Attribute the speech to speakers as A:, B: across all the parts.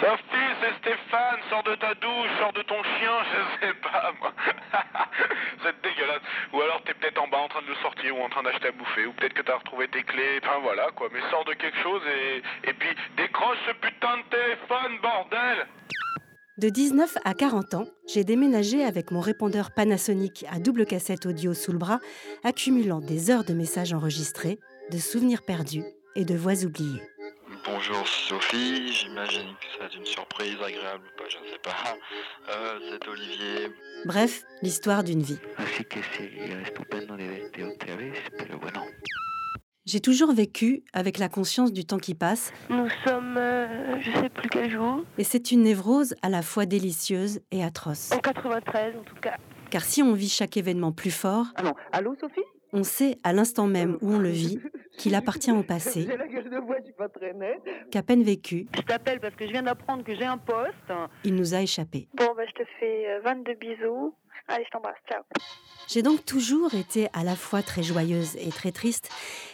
A: Sorti, c'est Stéphane, sors de ta douche, sors de ton chien, je sais pas moi. c'est dégueulasse. Ou alors t'es peut-être en bas en train de le sortir ou en train d'acheter à bouffer, ou peut-être que t'as retrouvé tes clés, enfin voilà quoi, mais sors de quelque chose et, et puis décroche ce putain de téléphone, bordel
B: De 19 à 40 ans, j'ai déménagé avec mon répondeur Panasonic à double cassette audio sous le bras, accumulant des heures de messages enregistrés, de souvenirs perdus et de voix oubliées.
C: Bonjour Sophie, j'imagine que c'est une surprise agréable ou pas, je ne sais pas. Euh, c'est Olivier.
B: Bref, l'histoire d'une vie.
D: Así Ah, que seguirá estupendo de verte otra vez, pero bueno,
B: J'ai toujours vécu avec la conscience du temps qui passe,
E: Nous sommes, euh, je sais plus quel jour,
B: et c'est une névrose à la fois délicieuse et atroce.
E: en 93 en tout cas.
B: Car si on vit chaque événement plus fort,
F: Allô, Ah allô Sophie
B: on sait à l'instant même où on le vit qu'il appartient au passé,
F: J'ai la gueule de bois, je suis pas très nette.
B: qu'à peine vécu,
G: Je t'appelle parce que je viens d'apprendre que j'ai un poste.
B: il nous a échappé.
E: Bon, bah, je te fais euh, 22 bisous. Allez, je t'embrasse, ciao.
B: J'ai donc toujours été à la fois très joyeuse et très triste,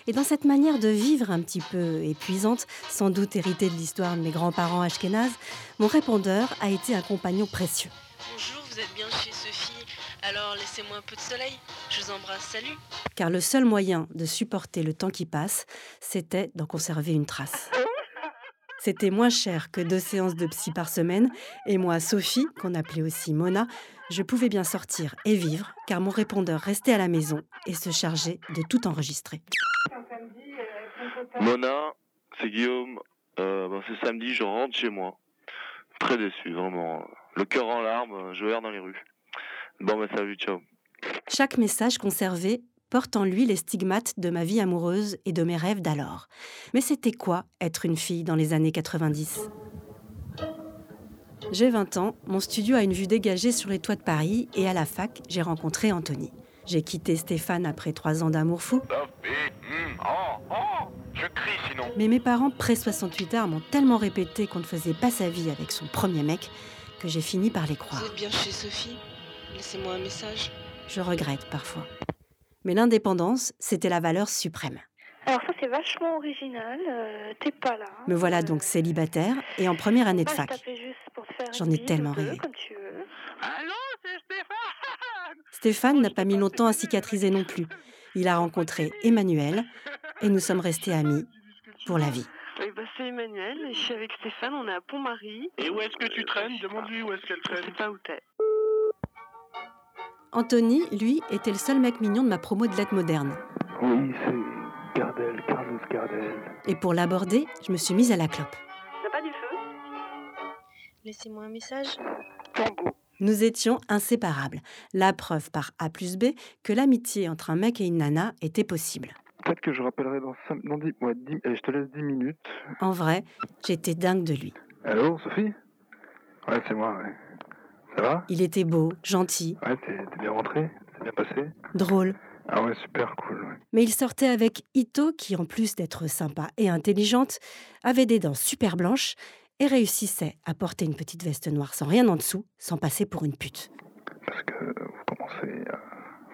B: et dans cette manière de vivre un petit peu épuisante, sans doute héritée de l'histoire de mes grands-parents ashkénazes, mon répondeur a été un compagnon précieux.
H: Bonjour, vous êtes bien chez Sophie, alors laissez-moi un peu de soleil. Je vous embrasse, salut.
B: Car le seul moyen de supporter le temps qui passe, c'était d'en conserver une trace. C'était moins cher que deux séances de psy par semaine, et moi, Sophie, qu'on appelait aussi Mona, je pouvais bien sortir et vivre, car mon répondeur restait à la maison et se chargeait de tout enregistrer.
C: Mona, c'est Guillaume. Euh, ben, c'est samedi, je rentre chez moi. Très déçu, vraiment. Le cœur en larmes, je erre dans les rues. Bon, ben salut, ciao.
B: Chaque message conservé porte en lui les stigmates de ma vie amoureuse et de mes rêves d'alors. Mais c'était quoi être une fille dans les années 90 J'ai 20 ans, mon studio a une vue dégagée sur les toits de Paris et à la fac, j'ai rencontré Anthony. J'ai quitté Stéphane après trois ans d'amour fou,
A: Sophie, hmm, oh, oh, je crie sinon.
B: mais mes parents pré-68 arts m'ont tellement répété qu'on ne faisait pas sa vie avec son premier mec que j'ai fini par les
H: Vous
B: croire.
H: êtes bien chez Sophie, laissez-moi un message.
B: Je regrette parfois. Mais l'indépendance, c'était la valeur suprême.
E: Alors, ça, c'est vachement original. euh, T'es pas là.
B: Me voilà donc célibataire et en première année de
E: Moi, je
B: fac.
E: t'appelais juste pour te faire une
B: J'en ai
E: bise,
B: tellement
E: ou deux,
B: rêvé.
E: Comme tu veux.
C: Allô, c'est Stéphane
B: Stéphane n'a pas mis longtemps à cicatriser non plus. Il a rencontré Emmanuel et nous sommes restés amis pour la vie.
G: Oui, bah, c'est Emmanuel, et je suis avec Stéphane, on est à Pont-Marie.
A: Et où est-ce que tu traînes
G: Demande-lui
A: où est-ce qu'elle
G: Je sais pas où t'es.
B: Anthony, lui, était le seul mec mignon de ma promo de lettres modernes.
D: Oui, c'est Gardel, Carlos Gardel.
B: Et pour l'aborder, je me suis mise à la clope.
G: T'as pas du feu
H: Laissez-moi un message.
B: Nous étions inséparables. La preuve par A plus B que l'amitié entre un mec et une nana était possible.
D: Peut-être que je rappellerai dans 5, Eh ben, non 10, ouais, 10, je te laisse 10 minutes.
B: En vrai, j'étais dingue de lui.
D: Allô, Sophie Ouais, c'est moi, ouais. Ça va
B: Il était beau, gentil,
D: Ouais, t'es t'es bien rentré C'est bien passé
B: drôle.
D: Ah ouais, super cool, ouais.
B: Mais il sortait avec Ito, qui en plus d'être sympa et intelligente, avait des dents super blanches et réussissait à porter une petite veste noire sans rien en dessous, sans passer pour une pute.
D: Parce que vous commencez à...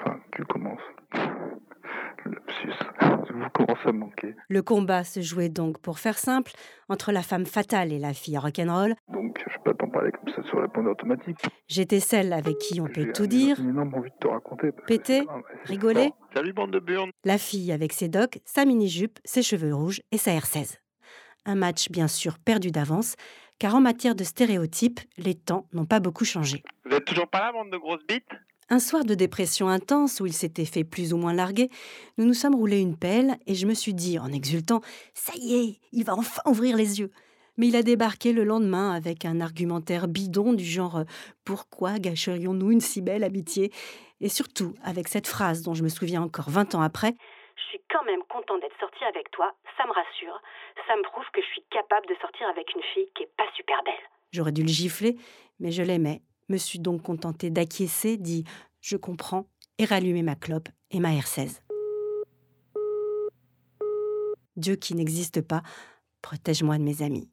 D: Enfin, tu commences. Lapsus. Vous commencez à me manquer.
B: Le combat se jouait donc, pour faire simple, entre la femme fatale et la fille rock'n'roll.
D: Donc, je peux pas t'en parler comme ça sur la pente automatique.
B: J'étais celle avec qui on peut
D: J'ai
B: tout
D: un-
B: dire,
D: J'ai énorme envie de te raconter. parce que
B: péter,
D: c'est pas- c'est
B: rigoler.
D: fort.
C: Salut, bande de burnes.
B: La fille avec ses docks, sa mini-jupe, ses cheveux rouges et sa R16. Un match bien sûr perdu d'avance, car en matière de stéréotypes, les temps n'ont pas beaucoup changé.
C: Vous êtes toujours pas là, bande de grosses bites
B: Un soir de dépression intense où il s'était fait plus ou moins larguer, nous nous sommes roulés une pelle et je me suis dit en exultant Ça y est, il va enfin ouvrir les yeux. Mais il a débarqué le lendemain avec un argumentaire bidon du genre Pourquoi gâcherions-nous une si belle amitié Et surtout avec cette phrase dont je me souviens encore 20 ans après Je suis quand même content d'être sortie avec toi, ça me rassure, ça me prouve que je suis capable de sortir avec une fille qui est pas super belle. J'aurais dû le gifler, mais je l'aimais, me suis donc contentée d'acquiescer, dit je comprends, et rallumer ma clope et ma R16. Dieu qui n'existe pas, protège-moi de mes amis.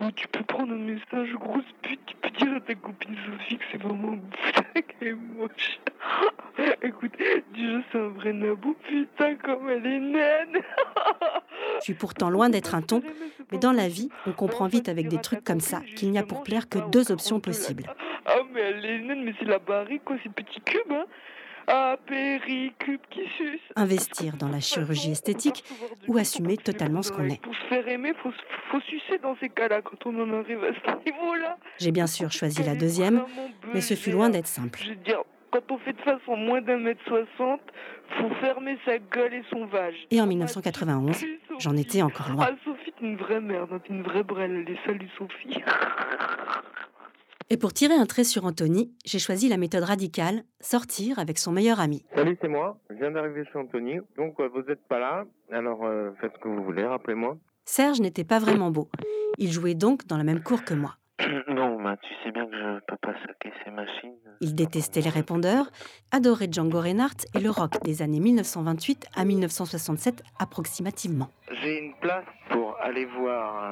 G: Oh, tu peux prendre un message, grosse pute, tu peux dire à ta copine Sophie que c'est vraiment un putain qu'elle est moche. Écoute, déjà c'est un vrai nabou, putain comme elle est naine.
B: Je suis pourtant loin d'être un ton, mais dans la vie, on comprend vite avec des trucs comme ça qu'il n'y a pour plaire que deux options possibles.
I: Ah, mais elle est naine, mais c'est la barrique, quoi, ces petits cubes, hein. Ah, péricube qui suce.
B: Investir dans la chirurgie esthétique ou assumer totalement ce qu'on est.
I: Pour se faire aimer, faut, se- faut sucer dans ces cas-là quand on en arrive à ce niveau-là.
B: J'ai bien sûr choisi la deuxième, mais ce fut loin d'être simple.
I: Je veux dire, quand on fait de façon moins d'un mètre soixante, faut fermer sa gueule et son vage.
B: Et en 1991, j'en étais encore loin.
I: Ah, Sophie, t'es une vraie merde, hein, t'es une vraie brêle. Les saluts, Sophie.
B: Et pour tirer un trait sur Anthony, j'ai choisi la méthode radicale, sortir avec son meilleur ami.
J: Salut, c'est moi. Je viens d'arriver chez Anthony. Donc, euh, vous n'êtes pas là. Alors, euh, faites ce que vous voulez, rappelez-moi.
B: Serge n'était pas vraiment beau. Il jouait donc dans la même cour que moi.
K: Non, bah, tu sais bien que je peux pas saquer ces machines.
B: Il détestait les répondeurs, adorait Django Reinhardt et le rock des années 1928 à 1967 approximativement.
J: J'ai une place pour aller voir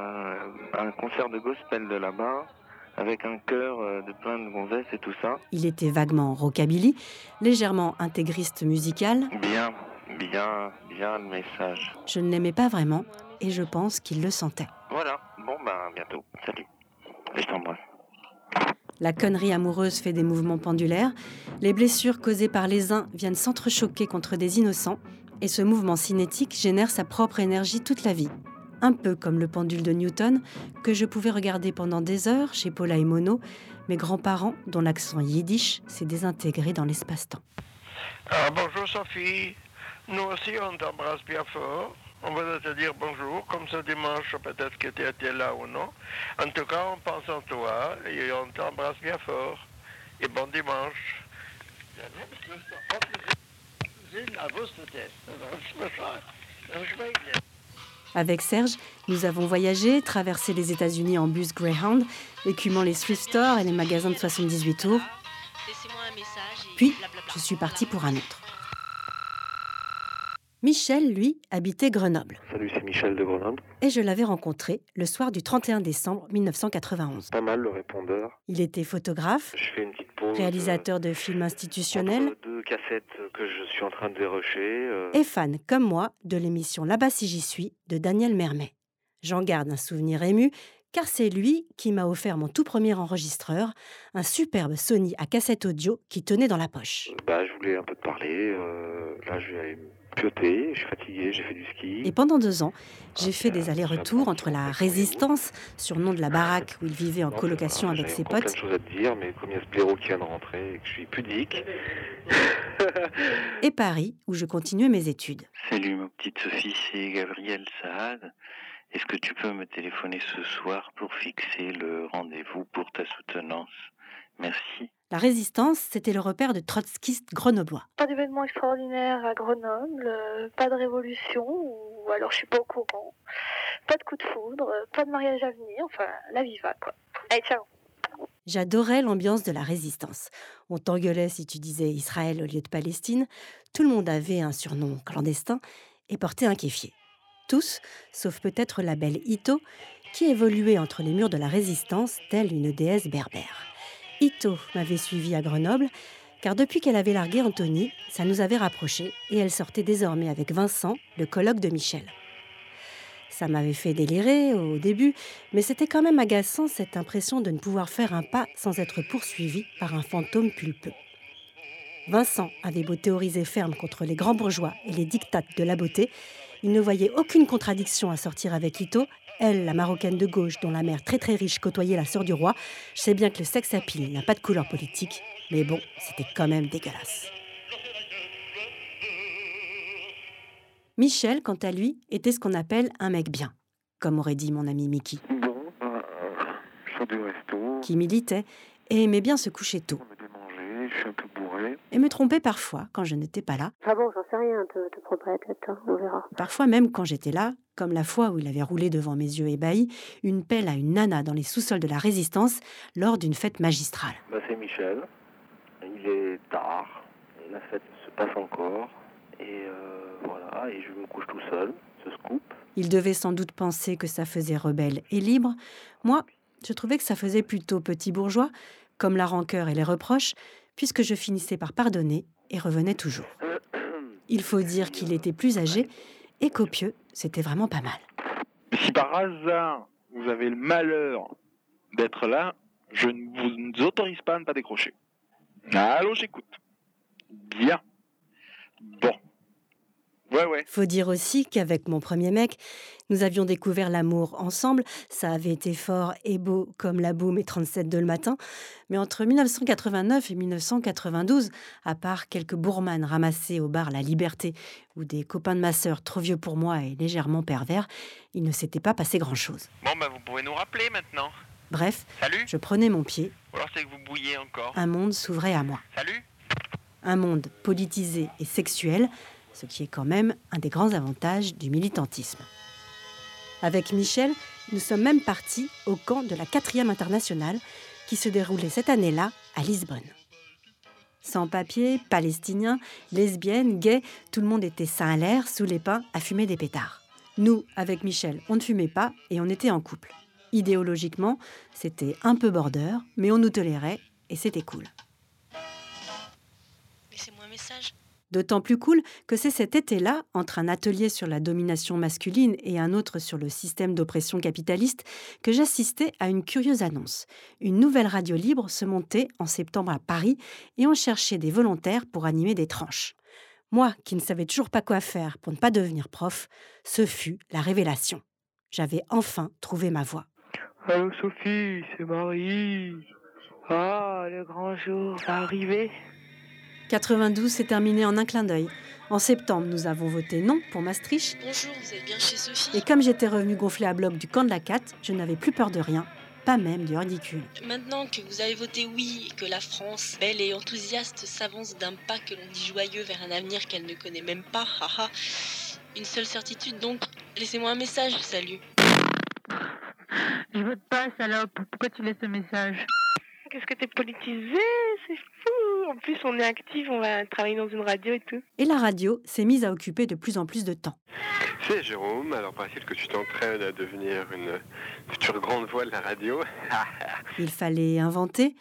J: un, un concert de gospel de là-bas, avec un chœur euh, de plein de gonzesses et tout ça.
B: Il était vaguement rockabilly, légèrement intégriste musical,
J: Bien, bien, bien le message.
B: je ne l'aimais pas vraiment et je pense qu'il le sentait.
J: Voilà. Bon, bah, à bientôt. Salut. Et je t'embrasse.
B: La connerie amoureuse fait des mouvements pendulaires, les blessures causées par les uns viennent s'entrechoquer contre des innocents, et ce mouvement cinétique génère sa propre énergie toute la vie. Un peu comme le pendule de Newton, que je pouvais regarder pendant des heures chez Paula et Mono, mes grands-parents, dont l'accent yiddish s'est désintégré dans l'espace-temps.
A: Ah, bonjour Sophie. Nous aussi, on t'embrasse bien fort. On va te dire bonjour, comme ce dimanche, peut-être que tu étais là ou non. En tout cas, on pense en toi et on t'embrasse bien fort. Et bon dimanche.
B: Avec Serge, nous avons voyagé, traversé les États-Unis en bus Greyhound, écumant les thrift stores et les magasins de 78 tours.
H: Laissez-moi un message et
B: Puis,
H: blablabla.
B: je suis partie pour un autre. Michel, lui, habitait Grenoble.
C: Salut, c'est Michel de Grenoble.
B: Et je l'avais rencontré le soir du 31 décembre 1991.
C: Pas mal le répondeur.
B: Il était photographe,
C: Je fais une petite pause.
B: réalisateur de films
C: euh,
B: institutionnels
C: entre Deux cassettes que je suis en train de dérocher. euh,
B: et fan, comme moi, de l'émission Là-bas si j'y suis de Daniel Mermet. J'en garde un souvenir ému, car c'est lui qui m'a offert mon tout premier enregistreur, un superbe Sony à cassette audio qui tenait dans la poche.
C: bah, je voulais un peu te parler. euh, là, je vais aller me pioter. Je suis fatigué, j'ai fait du ski.
B: Et pendant deux ans, j'ai fait des allers-retours entre la résistance, surnom de la baraque où il vivait en
C: Non,
B: colocation
C: euh,
B: avec
C: j'avais
B: ses
C: encore
B: potes,
C: plein de choses à te dire, mais comme il y a ce blaireau qui vient de rentrer et que je suis pudique.
B: et Paris où je continuais mes études.
L: Salut ma petite Sophie, c'est Gabriel Saad. Est-ce que tu peux me téléphoner ce soir pour fixer le rendez-vous pour ta soutenance Merci.
B: La résistance, c'était le repère de trotskistes grenoblois.
E: Pas d'événement extraordinaire à Grenoble, euh, pas de révolution, ou alors je suis pas au courant. Pas de coup de foudre, euh, pas de mariage à venir, enfin la vie va quoi. Allez, ciao
B: J'adorais l'ambiance de la résistance. On t'engueulait si tu disais Israël au lieu de Palestine. Tout le monde avait un surnom clandestin et portait un kéfier. Tous, sauf peut-être la belle Ito, qui évoluait entre les murs de la résistance telle une déesse berbère. Ito m'avait suivi à Grenoble, car depuis qu'elle avait largué Anthony, ça nous avait rapprochés et elle sortait désormais avec Vincent, le colloque de Michel. Ça m'avait fait délirer au début, mais c'était quand même agaçant cette impression de ne pouvoir faire un pas sans être poursuivi par un fantôme pulpeux. Vincent avait beau théoriser ferme contre les grands bourgeois et les dictates de la beauté, il ne voyait aucune contradiction à sortir avec Ito, elle, la marocaine de gauche dont la mère très très riche côtoyait la sœur du roi. Je sais bien que le sexe à pile n'a pas de couleur politique, mais bon, c'était quand même dégueulasse. Michel, quant à lui, était ce qu'on appelle un mec bien, comme aurait dit mon ami Mickey.
K: Bon, euh, je sors du resto.
B: qui militait et aimait bien se coucher tôt,
K: On m'a démangé, je suis un peu bourré.
B: et me trompait parfois quand je n'étais pas là,
M: Ah bon, j'en sais rien, te, te prends pas la tête, hein, on verra.
B: parfois même quand j'étais là, comme la fois où il avait roulé devant mes yeux ébahis une pelle à une nana dans les sous-sols de la résistance lors d'une fête magistrale.
C: Bah, c'est Michel. Il est tard. La fête se passe encore. Et euh, voilà, et je me couche tout seul. Ce scoop.
B: Il devait sans doute penser que ça faisait rebelle et libre. Moi, je trouvais que ça faisait plutôt petit bourgeois, comme la rancœur et les reproches, puisque je finissais par pardonner et revenais toujours. Il faut dire qu'il était plus âgé et copieux. C'était vraiment pas mal.
N: Si par hasard vous avez le malheur d'être là, je ne vous autorise pas à ne pas décrocher. Allô, j'écoute. Bien. Bon. Ouais, ouais.
B: Faut dire aussi qu'avec mon premier mec, nous avions découvert l'amour ensemble. Ça avait été fort et beau comme la boum et 37 de le matin. Mais entre 1989 et 1992, à part quelques bourmanes ramassés au bar La Liberté ou des copains de ma sœur trop vieux pour moi et légèrement pervers, il ne s'était pas passé grand-chose.
O: Bon, bah vous pouvez nous rappeler maintenant.
B: Bref,
O: Salut.
B: je prenais mon pied.
O: Ou alors c'est que vous bouillez encore.
B: Un monde s'ouvrait à moi.
O: Salut.
B: Un monde politisé et sexuel, ce qui est quand même un des grands avantages du militantisme. Avec Michel, nous sommes même partis au camp de la 4e internationale qui se déroulait cette année-là à Lisbonne. Sans papier, palestiniens, lesbiennes, gays, tout le monde était sain à l'air, sous les pins, à fumer des pétards. Nous, avec Michel, on ne fumait pas et on était en couple. Idéologiquement, c'était un peu border, mais on nous tolérait et c'était cool.
H: Laissez-moi un message.
B: D'autant plus cool que c'est cet été-là, entre un atelier sur la domination masculine et un autre sur le système d'oppression capitaliste, que j'assistais à une curieuse annonce. Une nouvelle radio libre se montait en septembre à Paris et on cherchait des volontaires pour animer des tranches. Moi, qui ne savais toujours pas quoi faire pour ne pas devenir prof, ce fut la révélation. J'avais enfin trouvé ma voie.
G: Allô Ah, Sophie, c'est Marie. Ah, le grand jour va arriver.
B: 92 s'est terminé en un clin d'œil. En septembre, nous avons voté non pour Maastricht.
H: Bonjour, vous êtes bien chez Sophie.
B: Et comme j'étais revenue gonflée à bloc du camp de la 4, je n'avais plus peur de rien, pas même du ridicule.
H: Maintenant que vous avez voté oui et que la France, belle et enthousiaste, s'avance d'un pas que l'on dit joyeux vers un avenir qu'elle ne connaît même pas, haha. Une seule certitude donc, laissez-moi un message, salut.
P: Je vote pas, salope. Pourquoi tu laisses ce message
Q: Qu'est-ce que t'es politisé C'est fou En plus, on est actif, on va travailler dans une radio et tout.
B: Et la radio s'est mise à occuper de plus en plus de temps.
R: C'est Jérôme, alors paraît-il que tu t'entraînes à devenir une future grande voix de la radio.
B: Il fallait inventer,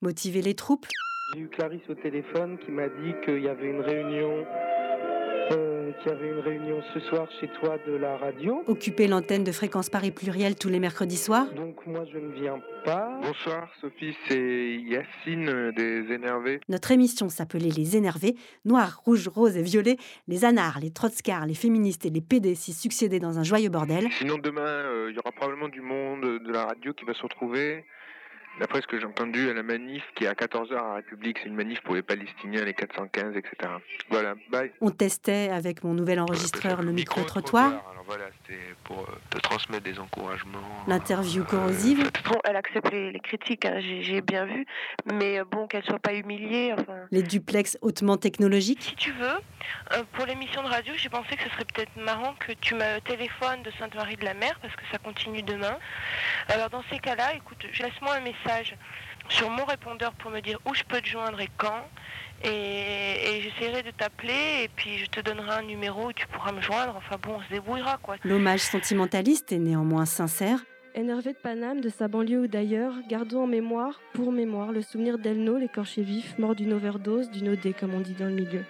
B: motiver les troupes.
I: J'ai eu Clarisse au téléphone qui m'a dit qu'il y avait une réunion euh, qu'il y avait une réunion ce soir chez toi de la radio.
B: Occuper l'antenne de Fréquence Paris Pluriel tous les mercredis soirs.
I: Donc moi je ne viens pas.
S: Bonsoir Sophie, c'est Yacine euh, des Énervés.
B: Notre émission s'appelait Les Énervés, noirs, rouges, roses et violets, les anards, les trotskars, les féministes et les PD s'y succédaient dans un joyeux bordel.
S: Sinon demain, euh, il y aura probablement du monde euh, de la radio qui va se retrouver. D'après ce que j'ai entendu à la manif qui est à 14h à la République, c'est une manif pour les Palestiniens, les 415, etc. Voilà, bye.
B: On testait avec mon nouvel enregistreur le micro-trottoir.
S: Alors voilà, c'était pour euh, te transmettre des encouragements.
B: L'interview corrosive,
Q: Bon, elle accepte les, les critiques, hein, j'ai j'ai bien vu, mais euh, bon, qu'elle soit pas humiliée. Enfin.
B: les duplex hautement technologiques,
Q: Si tu veux, euh, pour l'émission de radio, j'ai pensé que ce serait peut-être marrant que tu me téléphones de Sainte-Marie-de-la-Mer, parce que ça continue demain. Alors dans ces cas-là, écoute, je- laisse-moi un message sur mon répondeur pour me dire où je peux te joindre et quand. Et, et j'essaierai de t'appeler et puis je te donnerai un numéro où tu pourras me joindre. Enfin bon, on se débrouillera quoi.
B: l'hommage sentimentaliste et néanmoins sincère,
T: Énervé de Paname, de sa banlieue ou d'ailleurs, gardons en mémoire, pour mémoire, le souvenir d'Elno, l'écorché vif, mort d'une overdose, d'une OD comme on dit dans le milieu.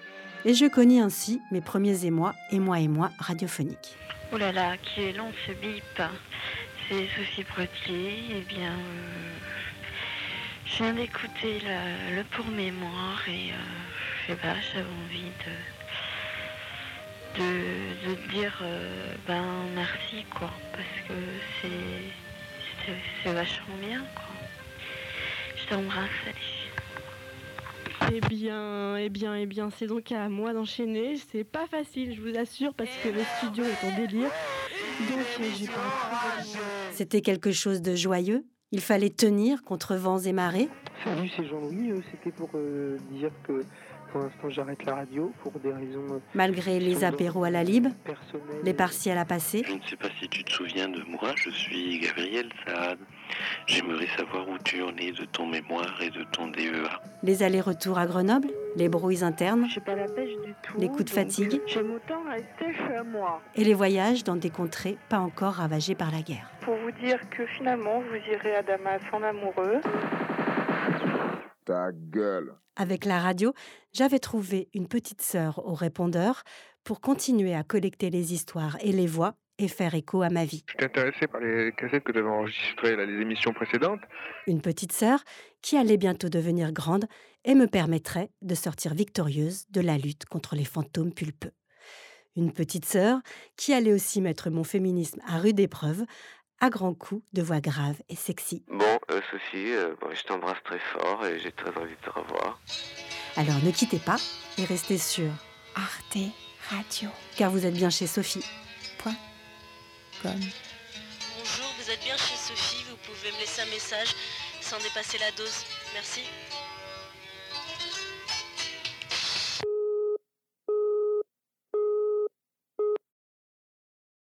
B: et je cognis ainsi mes premiers émois, émois et moi radiophoniques.
U: Oh là là, qui est long ce bip. C'est Sophie Pretier. Eh bien, euh, je viens d'écouter le, le pour mémoire et euh, je sais pas, j'avais envie de, de, de te dire euh, ben merci quoi, parce que c'est c'est- c'est vachement bien quoi. Je t'embrasse. salut.
T: Eh bien, eh bien, eh bien, c'est donc à moi d'enchaîner. C'est pas facile, je vous assure, parce que le studio est en délire. Donc, euh, j'ai pas
B: C'était quelque chose de joyeux, il fallait tenir contre vents et marées,
I: Salut, c'est Jean-Louis. Euh, C'était pour euh, dire que pour l'instant j'arrête la radio pour des raisons euh,
B: malgré les apéros à la lib,
I: personnelles.
B: les partiels à passer,
V: Je ne sais pas si tu te souviens de moi, je suis Gabriel Saad. J'aimerais savoir où tu en es de ton mémoire et de ton E DEA.
B: les allers-retours à Grenoble, les brouilles internes,
F: J'ai pas la pêche du tout.
B: Les coups de
F: donc
B: fatigue.
F: J'aime autant rester chez moi.
B: et les voyages dans des contrées pas encore ravagées par la guerre.
F: Pour vous dire que finalement, vous irez à Damas en amoureux.
W: Ta gueule.
B: Avec la radio, j'avais trouvé une petite sœur au répondeur pour continuer à collecter les histoires et les voix et faire écho à ma vie.
S: J'étais intéressé par les cassettes que tu avais enregistrées, là, les émissions précédentes.
B: Une petite sœur qui allait bientôt devenir grande et me permettrait de sortir victorieuse de la lutte contre les fantômes pulpeux. Une petite sœur qui allait aussi mettre mon féminisme à rude épreuve à grands coups de voix grave et sexy.
X: Bon, euh, Sophie, euh, bon, je t'embrasse très fort et j'ai très envie de te revoir.
B: Alors ne quittez pas et restez sur
A: Arte Radio.
B: car vous êtes bien chez Sophie.
A: Comme.
H: Bonjour, vous êtes bien chez Sophie, vous pouvez me laisser un message sans dépasser la dose. Merci.